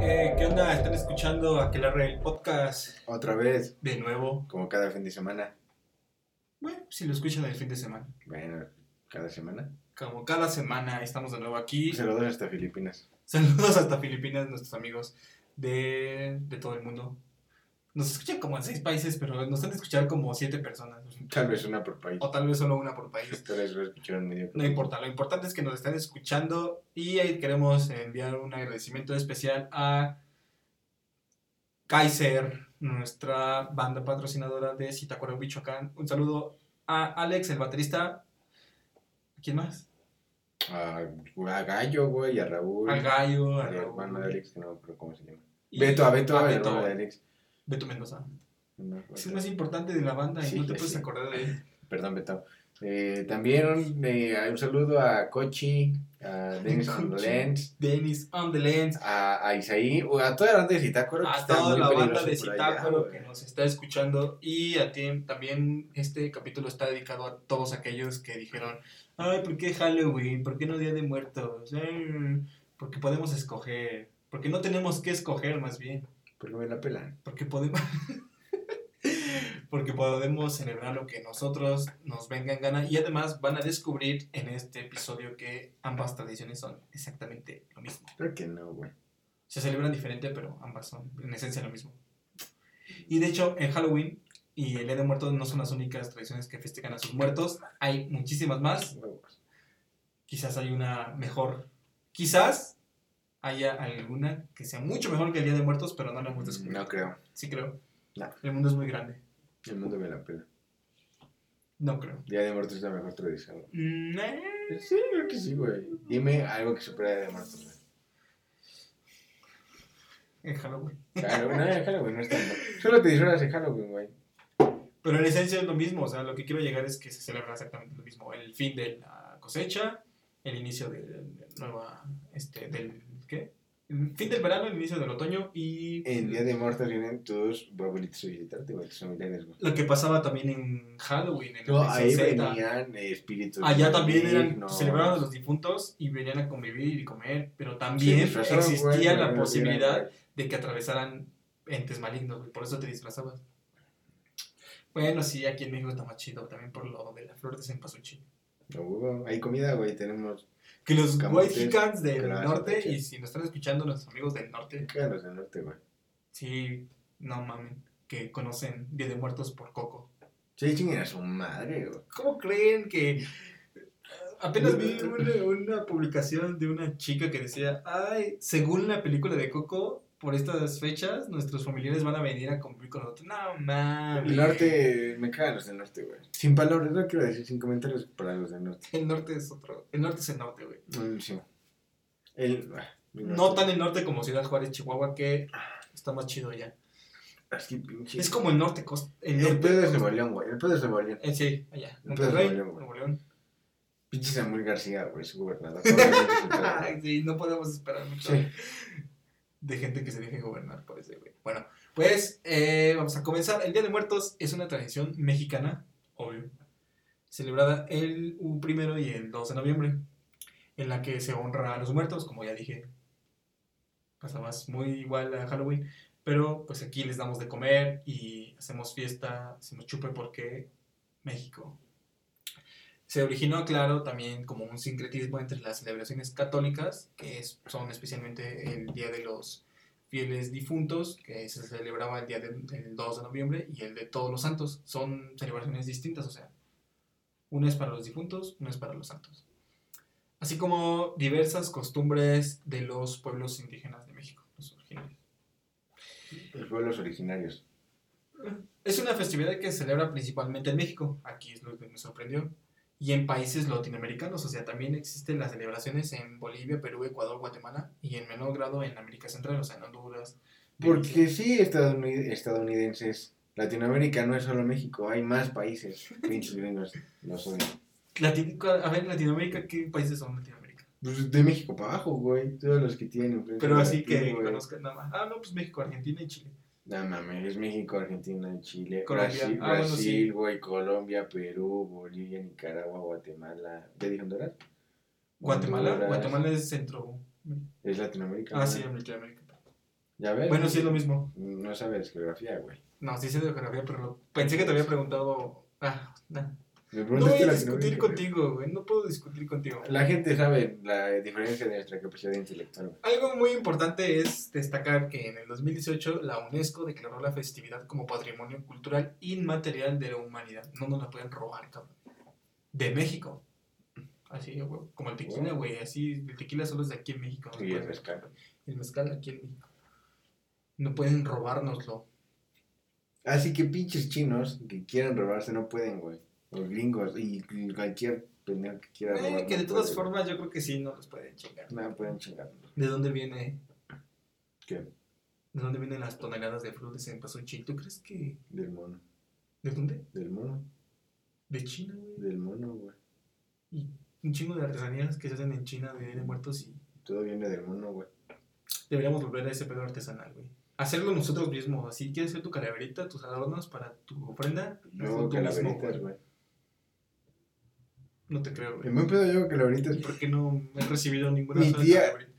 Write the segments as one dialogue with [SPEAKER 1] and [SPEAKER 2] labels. [SPEAKER 1] Eh, ¿Qué onda? Están escuchando Aquelarre el podcast
[SPEAKER 2] Otra vez,
[SPEAKER 1] de nuevo.
[SPEAKER 2] como cada fin de semana.
[SPEAKER 1] Bueno, si lo escuchan el fin de semana.
[SPEAKER 2] Bueno, cada semana. Pues,
[SPEAKER 1] Como cada semana estamos de nuevo aquí.
[SPEAKER 2] Saludos hasta Filipinas.
[SPEAKER 1] Saludos hasta Filipinas, nuestros amigos de, de todo el mundo. Nos escuchan como en seis países, pero nos han de escuchar como siete personas.
[SPEAKER 2] Tal vez una por país.
[SPEAKER 1] O tal vez solo una por país.
[SPEAKER 2] Ustedes lo escucharon medio.
[SPEAKER 1] No importa, lo importante es que nos están escuchando y ahí queremos enviar un agradecimiento especial a Kaiser, nuestra banda patrocinadora de Zitácuaro Michoacán. Un saludo a Alex, el baterista. ¿Quién más?
[SPEAKER 2] A, a Gallo, güey, a Raúl.
[SPEAKER 1] Al Gallo,
[SPEAKER 2] A
[SPEAKER 1] a
[SPEAKER 2] la hermana de
[SPEAKER 1] Raúl,
[SPEAKER 2] Alex, que no me acuerdo cómo se llama.
[SPEAKER 1] y
[SPEAKER 2] Beto, a Beto,
[SPEAKER 1] a
[SPEAKER 2] a la
[SPEAKER 1] Beto,
[SPEAKER 2] hermana de Alex.
[SPEAKER 1] Beto Mendoza.
[SPEAKER 2] No,
[SPEAKER 1] Es
[SPEAKER 2] otra.
[SPEAKER 1] el más importante de la banda y
[SPEAKER 2] Sí,
[SPEAKER 1] no te
[SPEAKER 2] ya
[SPEAKER 1] puedes
[SPEAKER 2] sé.
[SPEAKER 1] acordar de él.
[SPEAKER 2] Perdón, Beto. Eh, también eh, un saludo a Cochi, a Dennis
[SPEAKER 1] Cochi.
[SPEAKER 2] Lens,
[SPEAKER 1] Dennis on the Lens.
[SPEAKER 2] a, a Isaí, o a toda la banda de Citácuaro. que
[SPEAKER 1] a
[SPEAKER 2] está
[SPEAKER 1] toda
[SPEAKER 2] muy
[SPEAKER 1] la banda
[SPEAKER 2] peligroso
[SPEAKER 1] de
[SPEAKER 2] por allá,
[SPEAKER 1] Citácuaro
[SPEAKER 2] güey.
[SPEAKER 1] que nos está escuchando y a ti también este capítulo está dedicado a todos aquellos que dijeron, ay, ¿por qué Halloween? ¿Por qué no Día de Muertos? Ay, Porque podemos escoger, porque no tenemos que escoger más bien,
[SPEAKER 2] Porque me la pelan.
[SPEAKER 1] porque podemos... Porque podemos celebrar lo que nosotros nos venga en gana y además van a descubrir en este episodio que ambas tradiciones son exactamente lo mismo.
[SPEAKER 2] Creo que no, güey.
[SPEAKER 1] Se celebran diferente, pero ambas son en esencia lo mismo. Y de hecho, el Halloween y el Día de Muertos no son las únicas tradiciones que festejan a sus muertos. Hay muchísimas más.
[SPEAKER 2] Huevos.
[SPEAKER 1] Quizás hay una mejor. Quizás haya alguna que sea mucho mejor que el Día de Muertos, pero no la hemos descubierto.
[SPEAKER 2] No creo.
[SPEAKER 1] Sí creo.
[SPEAKER 2] No.
[SPEAKER 1] El mundo es muy grande.
[SPEAKER 2] El mundo me la pela.
[SPEAKER 1] No creo.
[SPEAKER 2] Día de Muertos es la mejor tradición. güey.
[SPEAKER 1] Mm, eh.
[SPEAKER 2] Sí, creo que sí, güey. Dime algo que supera Día de Muertos, güey.
[SPEAKER 1] El Halloween.
[SPEAKER 2] Claro, no, en Halloween no es tanto. Solo te disfrazas en Halloween, güey.
[SPEAKER 1] Pero en esencia es lo mismo. O sea, lo que quiero llegar es que se celebra exactamente lo mismo. El fin de la cosecha, el inicio de, de nueva. Este, del. ¿Qué? El fin del verano, el inicio del otoño y.
[SPEAKER 2] En Día de Muertos vienen tus abuelitos a visitarte, güey, tus familiares, güey.
[SPEAKER 1] Lo que pasaba también en Halloween, en
[SPEAKER 2] No,
[SPEAKER 1] el
[SPEAKER 2] ahí
[SPEAKER 1] 60.
[SPEAKER 2] venían eh, espíritus.
[SPEAKER 1] Allá también eran,
[SPEAKER 2] malignos.
[SPEAKER 1] celebraban a los difuntos y venían a convivir y comer, pero
[SPEAKER 2] Se
[SPEAKER 1] también
[SPEAKER 2] disfrazaban, güey,
[SPEAKER 1] existía
[SPEAKER 2] para
[SPEAKER 1] la
[SPEAKER 2] que no
[SPEAKER 1] posibilidad
[SPEAKER 2] vieran,
[SPEAKER 1] de que atravesaran entes malignos, güey, por eso te disfrazabas. Bueno, sí, aquí en México está más chido también por lo de la flor de cempasúchil.
[SPEAKER 2] No hubo. Hay comida, güey. Tenemos.
[SPEAKER 1] Que los
[SPEAKER 2] Camotes,
[SPEAKER 1] White Hicans del
[SPEAKER 2] claro,
[SPEAKER 1] norte,
[SPEAKER 2] cempasúchil.
[SPEAKER 1] y si nos están escuchando nuestros amigos del norte,
[SPEAKER 2] ¿Qué los del norte, güey?
[SPEAKER 1] sí, no mamen, que conocen Día de Muertos por Coco.
[SPEAKER 2] Sí, chinguen a su madre, güey.
[SPEAKER 1] ¿Cómo creen que eh, apenas vi una, una publicación de una chica que decía, ay, según la película de Coco, por estas fechas nuestros familiares van a venir a cumplir con nosotros? No mames.
[SPEAKER 2] El norte, me cagan los del norte, güey. Sin palabras, no quiero decir, sin comentarios para los del norte.
[SPEAKER 1] El norte es otro. El norte es el norte, güey.
[SPEAKER 2] Mm, Sí. El, ah, mi
[SPEAKER 1] No
[SPEAKER 2] norte.
[SPEAKER 1] tan el norte como Ciudad Juárez, Chihuahua, que está más chido ya.
[SPEAKER 2] Es que pinche.
[SPEAKER 1] Es como el norte. cos- El
[SPEAKER 2] El
[SPEAKER 1] norte.
[SPEAKER 2] pedo es Nuevo León, güey. El pedo es Nuevo León.
[SPEAKER 1] Eh, sí, allá.
[SPEAKER 2] El pedo es
[SPEAKER 1] Monterrey,
[SPEAKER 2] Nuevo León, güey.
[SPEAKER 1] Nuevo León.
[SPEAKER 2] Pinche Samuel García, güey, su gobernador. Obviamente es el pedo, güey.
[SPEAKER 1] Ay, sí, no podemos esperar mucho.
[SPEAKER 2] Sí.
[SPEAKER 1] de gente que se deje gobernar por ese güey. Bueno, pues eh, vamos a comenzar. El Día de Muertos es una tradición mexicana, obvio, celebrada el u- primero y el 2 de noviembre, en la que se honra a los muertos, como ya dije. Pasabas muy igual a Halloween, pero pues aquí les damos de comer y hacemos fiesta, hacemos chupe porque México. Se originó, claro, también como un sincretismo entre las celebraciones católicas, que es- son especialmente el Día de los Fieles Difuntos, que se celebraba el día del del 2 de noviembre, y el de Todos los Santos. Son celebraciones distintas, o sea, una es para los difuntos, una es para los santos. Así como diversas costumbres de los pueblos indígenas de México, los originarios.
[SPEAKER 2] Los pueblos originarios.
[SPEAKER 1] Es una festividad que se celebra principalmente en México, aquí es lo que me sorprendió, y en países latinoamericanos, o sea, también existen las celebraciones en Bolivia, Perú, Ecuador, Guatemala, y en menor grado en América Central, o sea, en Honduras.
[SPEAKER 2] Porque
[SPEAKER 1] Belice.
[SPEAKER 2] sí, estadounid- estadounidenses. Latinoamérica no es solo México, hay más países. Pinches gringos. No son.
[SPEAKER 1] Latino- a ver, Latinoamérica, ¿qué países son Latinoamérica?
[SPEAKER 2] Pues de México para abajo, güey. Todos los que tienen influencia.
[SPEAKER 1] Pero así que
[SPEAKER 2] latina, güey.
[SPEAKER 1] conozcan nada más. Ah, no, pues México, Argentina y Chile.
[SPEAKER 2] No mames, es México, Argentina, Chile,
[SPEAKER 1] Colombia.
[SPEAKER 2] Brasil,
[SPEAKER 1] Ah, bueno, sí.
[SPEAKER 2] Brasil, güey, Colombia, Perú, Bolivia, Nicaragua, Guatemala. ¿Ya dije Honduras?
[SPEAKER 1] Guatemala,
[SPEAKER 2] Honduras.
[SPEAKER 1] Guatemala es centro.
[SPEAKER 2] Es Latinoamérica.
[SPEAKER 1] Ah,
[SPEAKER 2] ¿no?
[SPEAKER 1] sí, Latinoamérica.
[SPEAKER 2] ¿Ya ves?
[SPEAKER 1] Bueno, sí es lo mismo.
[SPEAKER 2] No sabes geografía, güey.
[SPEAKER 1] No, sí sé de geografía, pero no- pensé que te había preguntado. Ah, no.
[SPEAKER 2] Me
[SPEAKER 1] No voy
[SPEAKER 2] preguntaste
[SPEAKER 1] a
[SPEAKER 2] la
[SPEAKER 1] discutir
[SPEAKER 2] geografía, güey.
[SPEAKER 1] contigo, güey. No puedo discutir contigo.
[SPEAKER 2] La gente sabe la diferencia de nuestra capacidad intelectual, güey.
[SPEAKER 1] Algo muy importante es destacar que en el 2018 la UNESCO declaró la festividad como patrimonio cultural inmaterial de la humanidad. No nos la pueden robar, cabrón. De México. Así, güey. Como el tequila, güey. Así, el tequila solo es de aquí en México. no
[SPEAKER 2] Y el
[SPEAKER 1] pueden-
[SPEAKER 2] mezcal.
[SPEAKER 1] El mezcal aquí en México. No pueden robárnoslo.
[SPEAKER 2] Así que pinches chinos que quieran robarse no pueden, güey. Los gringos y cualquier pendejo que quiera
[SPEAKER 1] Eh,
[SPEAKER 2] robar.
[SPEAKER 1] que
[SPEAKER 2] no
[SPEAKER 1] de todas
[SPEAKER 2] puede,
[SPEAKER 1] formas yo creo que sí no los pueden chingar.
[SPEAKER 2] güey. No pueden chingarnos.
[SPEAKER 1] ¿De dónde viene?
[SPEAKER 2] ¿Qué?
[SPEAKER 1] ¿De dónde vienen las toneladas de frutas en Pasuchil? ¿Tú crees que
[SPEAKER 2] Del mono.
[SPEAKER 1] de dónde?
[SPEAKER 2] Del mono.
[SPEAKER 1] De China, güey.
[SPEAKER 2] Del mono, güey.
[SPEAKER 1] Y un chingo de artesanías que se hacen en China de, Día de muertos y
[SPEAKER 2] Todo viene del mono, güey.
[SPEAKER 1] deberíamos volver a ese pedo artesanal, güey. Hacerlo nosotros mismos. Así quieres hacer tu calaverita, tus adornos para tu ofrenda. hazlo tú
[SPEAKER 2] Yo
[SPEAKER 1] mismo,
[SPEAKER 2] calaveritas,
[SPEAKER 1] güey.
[SPEAKER 2] güey.
[SPEAKER 1] No te creo, güey.
[SPEAKER 2] En buen pedo yo calaveritas.
[SPEAKER 1] Porque no he recibido ninguna
[SPEAKER 2] Mi
[SPEAKER 1] sola
[SPEAKER 2] tía-
[SPEAKER 1] calaverita.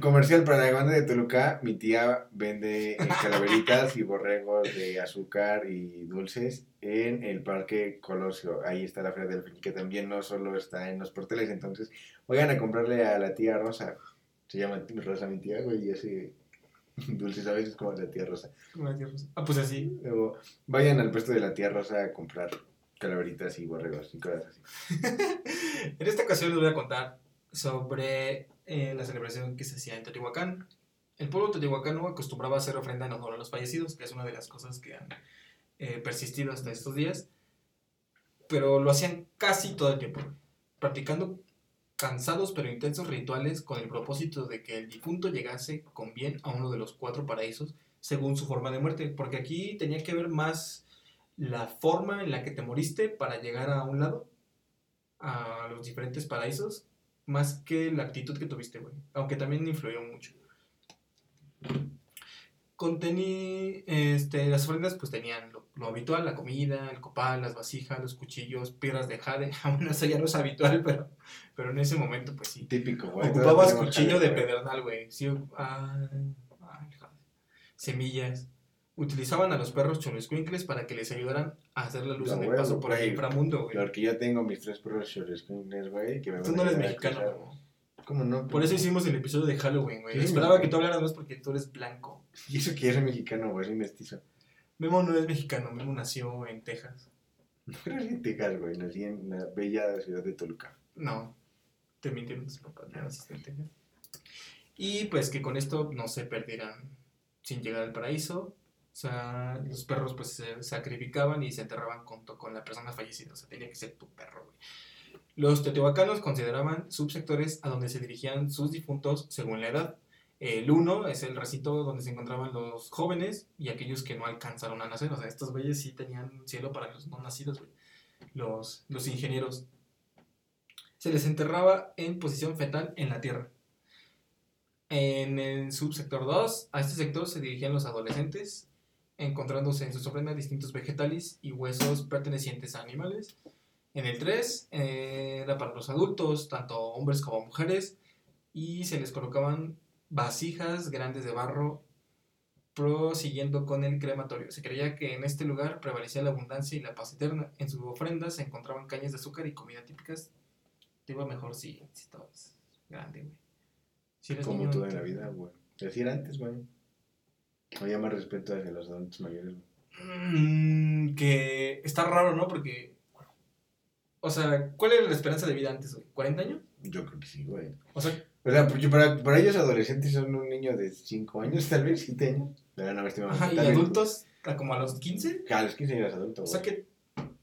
[SPEAKER 2] Comercial para la banda de Toluca, mi tía vende eh, calaveritas y borregos de azúcar y dulces en el Parque Colosio. Ahí está la Feria del Alfeñique que también no solo está en los porteles. Entonces, vayan a comprarle a la tía Rosa. Se llama Rosa mi tía, güey, y hace dulces a veces como la tía Rosa.
[SPEAKER 1] Como la tía Rosa. Ah, pues así.
[SPEAKER 2] Luego, vayan al puesto de la tía Rosa a comprar calaveritas y borregos y cosas así.
[SPEAKER 1] En esta ocasión les voy a contar sobre eh, la celebración que se hacía en Teotihuacán. El pueblo teotihuacano acostumbraba a hacer ofrenda en honor a los fallecidos, que es una de las cosas que han eh, persistido hasta estos días. Pero lo hacían casi todo el tiempo, practicando cansados pero intensos rituales con el propósito de que el difunto llegase con bien a uno de los cuatro paraísos según su forma de muerte, porque aquí tenía que ver más la forma en la que te moriste para llegar a un lado a los diferentes paraísos más que la actitud que tuviste, güey. Aunque también influyó mucho. Contení, este, las ofrendas pues tenían lo, lo habitual, la comida, el copal, las vasijas, los cuchillos, piedras de jade. Aún eso ya no es habitual, pero, pero en ese momento pues sí.
[SPEAKER 2] Típico, güey. todos
[SPEAKER 1] Ocupabas
[SPEAKER 2] tenemos
[SPEAKER 1] cuchillo de
[SPEAKER 2] jale, güey.
[SPEAKER 1] pedernal, güey. Sí, ah, ah, el jade. Semillas. Utilizaban a los perros chonescuincles para que les ayudaran a hacer la luz
[SPEAKER 2] Ya,
[SPEAKER 1] en el
[SPEAKER 2] güey,
[SPEAKER 1] paso por el
[SPEAKER 2] güey.
[SPEAKER 1] inframundo, güey.
[SPEAKER 2] Porque yo tengo mis tres perros choresquines, güey, que me
[SPEAKER 1] Tú
[SPEAKER 2] van
[SPEAKER 1] no
[SPEAKER 2] a
[SPEAKER 1] eres
[SPEAKER 2] ayudar a
[SPEAKER 1] mexicano,
[SPEAKER 2] cruzar.
[SPEAKER 1] güey.
[SPEAKER 2] ¿Cómo no?
[SPEAKER 1] Por eso hicimos el episodio de Halloween, güey.
[SPEAKER 2] Sí,
[SPEAKER 1] Esperaba
[SPEAKER 2] güey.
[SPEAKER 1] que tú hablaras más porque tú eres blanco.
[SPEAKER 2] Y eso que yo soy mexicano, güey, soy mestizo.
[SPEAKER 1] Memo no es mexicano, Memo nació en Texas.
[SPEAKER 2] No eres en Texas, güey, nací en la bella ciudad de Toluca.
[SPEAKER 1] No, te mintieron tus papás, no naciste en Texas. Y pues que con esto no se perdieran sin llegar al paraíso. O sea, los perros pues se sacrificaban y se enterraban junto con la persona fallecida. O sea, tenía que ser tu perro, güey. Los teotihuacanos consideraban subsectores a donde se dirigían sus difuntos según la edad. El uno es el recinto donde se encontraban los jóvenes y aquellos que no alcanzaron a nacer. O sea, estos güeyes sí tenían cielo para los no nacidos, güey. Los, los ingenieros. Se les enterraba en posición fetal en la tierra. En el subsector 2, a este sector se dirigían los adolescentes, encontrándose en sus ofrendas distintos vegetales y huesos pertenecientes a animales. En el 3, era para los adultos, tanto hombres como mujeres, y se les colocaban vasijas grandes de barro, prosiguiendo con el crematorio. Se creía que en este lugar prevalecía la abundancia y la paz eterna. En sus ofrendas se encontraban cañas de azúcar y comida típicas. Te iba mejor si, si estabas grande, güey. Si eres
[SPEAKER 2] Como
[SPEAKER 1] niño,
[SPEAKER 2] toda
[SPEAKER 1] te-
[SPEAKER 2] la vida, güey. Así era antes, güey. Había más respeto hacia los adultos mayores, güey.
[SPEAKER 1] Mm, que está raro, ¿no? Porque. O sea, ¿cuál era la esperanza de vida antes, güey? ¿40 años?
[SPEAKER 2] Yo creo que sí, güey.
[SPEAKER 1] O sea,
[SPEAKER 2] O sea, porque para, para ellos adolescentes son un niño de 5 años, tal vez, 7 años. Pero no, este mamá,
[SPEAKER 1] ajá, y
[SPEAKER 2] tal vez-
[SPEAKER 1] adultos, a como a los 15.
[SPEAKER 2] A los 15 años adulto,
[SPEAKER 1] O
[SPEAKER 2] güey.
[SPEAKER 1] sea que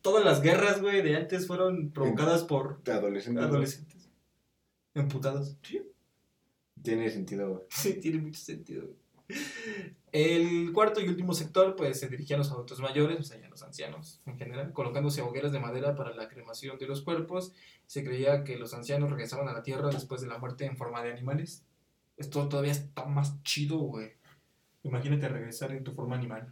[SPEAKER 1] todas las guerras, güey, de antes fueron provocadas por
[SPEAKER 2] Adolescente. güey.
[SPEAKER 1] adolescentes. Emputados.
[SPEAKER 2] Tiene sentido, güey.
[SPEAKER 1] Sí, tiene mucho sentido. güey. El cuarto y último sector, pues se dirigía a los adultos mayores, o sea, ya los ancianos en general, colocándose hogueras de madera para la cremación de los cuerpos. Se creía que los ancianos regresaban a la tierra después de la muerte en forma de animales. Esto todavía está más chido, güey. Imagínate regresar en tu forma animal.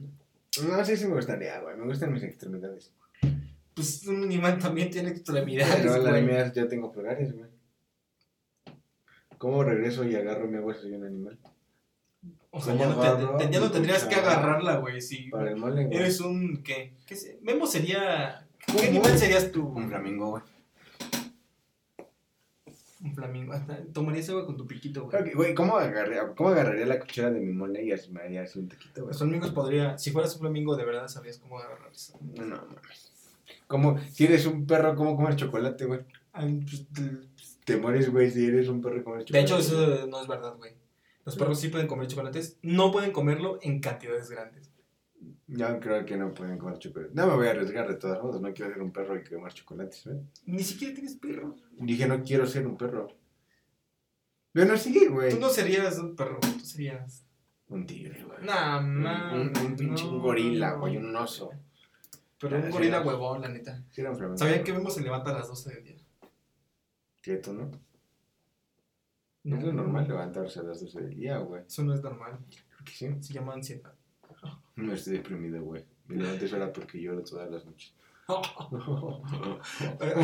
[SPEAKER 2] No sé si me gustaría, güey. Me gustan mis extremidades.
[SPEAKER 1] Pues un animal también tiene extremidades,
[SPEAKER 2] Pero las
[SPEAKER 1] güey.
[SPEAKER 2] mías ya tengo pulgares, güey. ¿Cómo regreso y agarro mi agua soy un animal?
[SPEAKER 1] O sea, ya no,
[SPEAKER 2] Agarro
[SPEAKER 1] te- te- ya no
[SPEAKER 2] y
[SPEAKER 1] tendrías que
[SPEAKER 2] cuchara.
[SPEAKER 1] agarrarla, güey. Si
[SPEAKER 2] Para el mole, güey.
[SPEAKER 1] eres un. ¿Qué? ¿Qué se- Memo sería.
[SPEAKER 2] ¿Cómo?
[SPEAKER 1] ¿Qué nivel serías tú?
[SPEAKER 2] Un flamingo, güey.
[SPEAKER 1] Un flamingo. Hasta tomarías agua con tu piquito, güey.
[SPEAKER 2] Claro que, Güey, ¿cómo, agarré- ¿cómo agarraría la cuchara de mi mole y así me haría así un taquito, güey?
[SPEAKER 1] Los flamingos podría. Si fueras un flamingo, de verdad sabrías cómo agarrar eso.
[SPEAKER 2] No, no mames. Como, si eres un perro, ¿cómo comer chocolate, güey?
[SPEAKER 1] Ay, pues, de-
[SPEAKER 2] Te mueres, güey, si eres un perro, comer
[SPEAKER 1] De
[SPEAKER 2] chocolate.
[SPEAKER 1] hecho, eso no es verdad, güey. Los perros sí pueden comer chocolates, no pueden comerlo en cantidades grandes.
[SPEAKER 2] Yo creo que no pueden comer chocolate. No me voy a arriesgar de todas modos, no quiero ser un perro y comer chocolates, güey.
[SPEAKER 1] Ni siquiera tienes perro.
[SPEAKER 2] Dije, no quiero ser un perro. Bueno, sí, güey.
[SPEAKER 1] Tú no serías un perro, tú serías.
[SPEAKER 2] Un tigre, güey.
[SPEAKER 1] Nah,
[SPEAKER 2] Un-
[SPEAKER 1] man,
[SPEAKER 2] un, un pinche un
[SPEAKER 1] no.
[SPEAKER 2] gorila, güey, un oso.
[SPEAKER 1] Pero un gorila huevón, la neta.
[SPEAKER 2] Sí, era un flamingo.
[SPEAKER 1] ¿Sabían que Memo se levanta a las 12 del día?
[SPEAKER 2] Que tú, ¿no?
[SPEAKER 1] No,
[SPEAKER 2] Es lo normal levantarse a las 12 del día, güey.
[SPEAKER 1] Eso no es normal.
[SPEAKER 2] Creo que sí.
[SPEAKER 1] Se llama ansiedad.
[SPEAKER 2] No estoy deprimido, güey. Me levanto sola porque lloro todas las noches.
[SPEAKER 1] Ay, no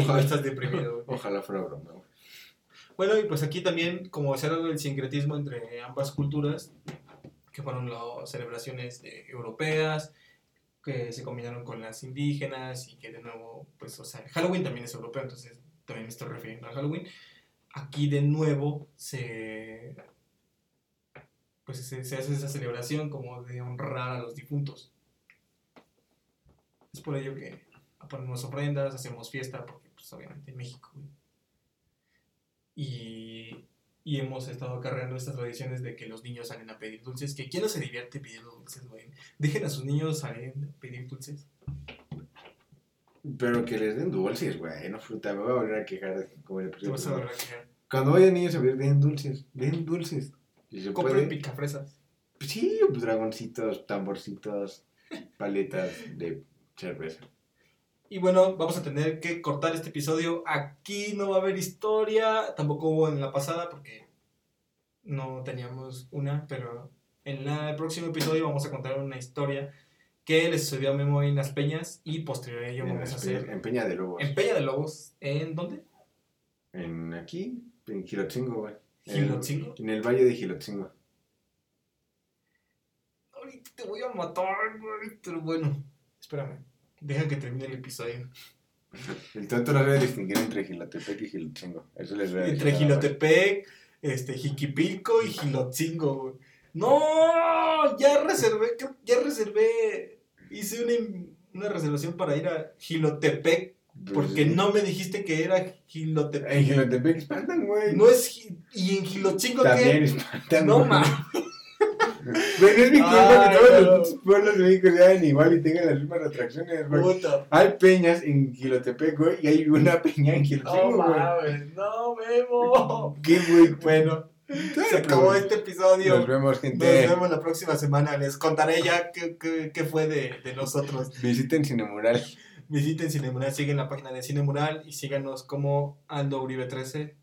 [SPEAKER 2] Ojalá,
[SPEAKER 1] estás deprimido, güey.
[SPEAKER 2] ojalá fuera broma, güey.
[SPEAKER 1] Bueno, y pues aquí también, como se algo del sincretismo entre ambas culturas, que fueron las celebraciones eh, europeas, que se combinaron con las indígenas y que de nuevo, pues, o sea, Halloween también es europeo, entonces también me estoy refiriendo a Halloween. Aquí de nuevo se, pues, se, se hace esa celebración como de honrar a los difuntos. Es por ello que ponemos ofrendas, hacemos fiesta, porque pues obviamente en México, güey y, y hemos estado acarreando estas tradiciones de que los niños salen a pedir dulces, que quién no se divierte pidiendo dulces, güey. Dejen a sus niños salir a pedir dulces.
[SPEAKER 2] Pero que les den dulces, güey. No fruta, me voy a volver a quejar de comer el
[SPEAKER 1] Te vas a volver a quejar.
[SPEAKER 2] Cuando vayan niños a ver, den dulces. Den dulces. Si se
[SPEAKER 1] Compren
[SPEAKER 2] puede.
[SPEAKER 1] picafresas.
[SPEAKER 2] Pues sí, pues, dragoncitos, tamborcitos, paletas de cerveza.
[SPEAKER 1] Y bueno, vamos a tener que cortar este episodio. Aquí no va a haber historia, tampoco hubo en la pasada porque no teníamos una, pero en la- el próximo episodio vamos a contar una historia que le sucedió a Memo en Las Peñas y posterior a ello
[SPEAKER 2] en,
[SPEAKER 1] vamos a
[SPEAKER 2] las
[SPEAKER 1] hacer
[SPEAKER 2] Peñas- en Peña de Lobos.
[SPEAKER 1] en Peña de Lobos. ¿En dónde?
[SPEAKER 2] En aquí, en Gilotzingo, güey. En-
[SPEAKER 1] ¿Gilotzingo?
[SPEAKER 2] En el valle de Gilotzingo.
[SPEAKER 1] Ahorita te voy a matar, güey. Pero bueno, espérame. Deja que termine el episodio.
[SPEAKER 2] El tonto no debe distinguir entre Gilotepec y Gilotzingo. Eso les voy a
[SPEAKER 1] Entre
[SPEAKER 2] decir nada más.
[SPEAKER 1] Gilotepec, este, Jiquipilco y Gilotzingo, güey. ¡No! Ya reservé, creo- ya reservé. Hice una, in- una reservación para ir a Gilotepec
[SPEAKER 2] Pues,
[SPEAKER 1] porque
[SPEAKER 2] sí.
[SPEAKER 1] no me dijiste que era
[SPEAKER 2] En
[SPEAKER 1] Gilotepec.
[SPEAKER 2] Gilotepec espantan, güey.
[SPEAKER 1] No es. Gi- ¿Y en Gilotzingo
[SPEAKER 2] También
[SPEAKER 1] qué?
[SPEAKER 2] espantan,
[SPEAKER 1] No,
[SPEAKER 2] güey.
[SPEAKER 1] ma.
[SPEAKER 2] Güey, no es mi culpa
[SPEAKER 1] Ay,
[SPEAKER 2] que todos
[SPEAKER 1] no.
[SPEAKER 2] los pueblos de México sean igual y tengan las mismas atracciones, güey.
[SPEAKER 1] Puta.
[SPEAKER 2] Hay peñas en Gilotepec, güey, y hay una peña en
[SPEAKER 1] No
[SPEAKER 2] Gilotzingo, güey.
[SPEAKER 1] mames, no, Memo.
[SPEAKER 2] Qué güey.
[SPEAKER 1] Bueno, se acabó este episodio.
[SPEAKER 2] Nos vemos,
[SPEAKER 1] Nos
[SPEAKER 2] gente.
[SPEAKER 1] vemos la próxima semana. Les contaré ya qué, qué- qué fue de, de nosotros.
[SPEAKER 2] Visiten Cinemural.
[SPEAKER 1] Visiten Cine Mural, siguen la página de Cine Mural y síganos como Aldo Uribe 13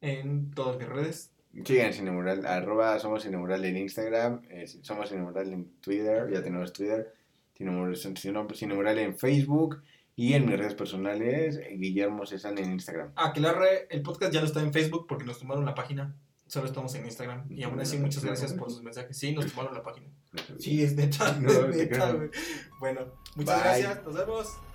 [SPEAKER 1] en todas mis redes.
[SPEAKER 2] Sigan Cinemural. Arroba Somos Cinemural en Instagram. eh, somos Cinemural en Twitter. Ya tenemos Twitter. Cinemural, Cine- Cinemural en Facebook. Y en mis redes personales, eh, Guillermo César en Instagram.
[SPEAKER 1] Aquelarre, el podcast ya no está en Facebook porque nos tomaron la página. Solo estamos en Instagram. Y aún así, muchas gracias por sus mensajes. Sí, nos tomaron la página. Sí, es neta.
[SPEAKER 2] No,
[SPEAKER 1] es
[SPEAKER 2] te
[SPEAKER 1] neta,
[SPEAKER 2] creo.
[SPEAKER 1] güey. Bueno, muchas
[SPEAKER 2] Bye.
[SPEAKER 1] gracias. Nos vemos.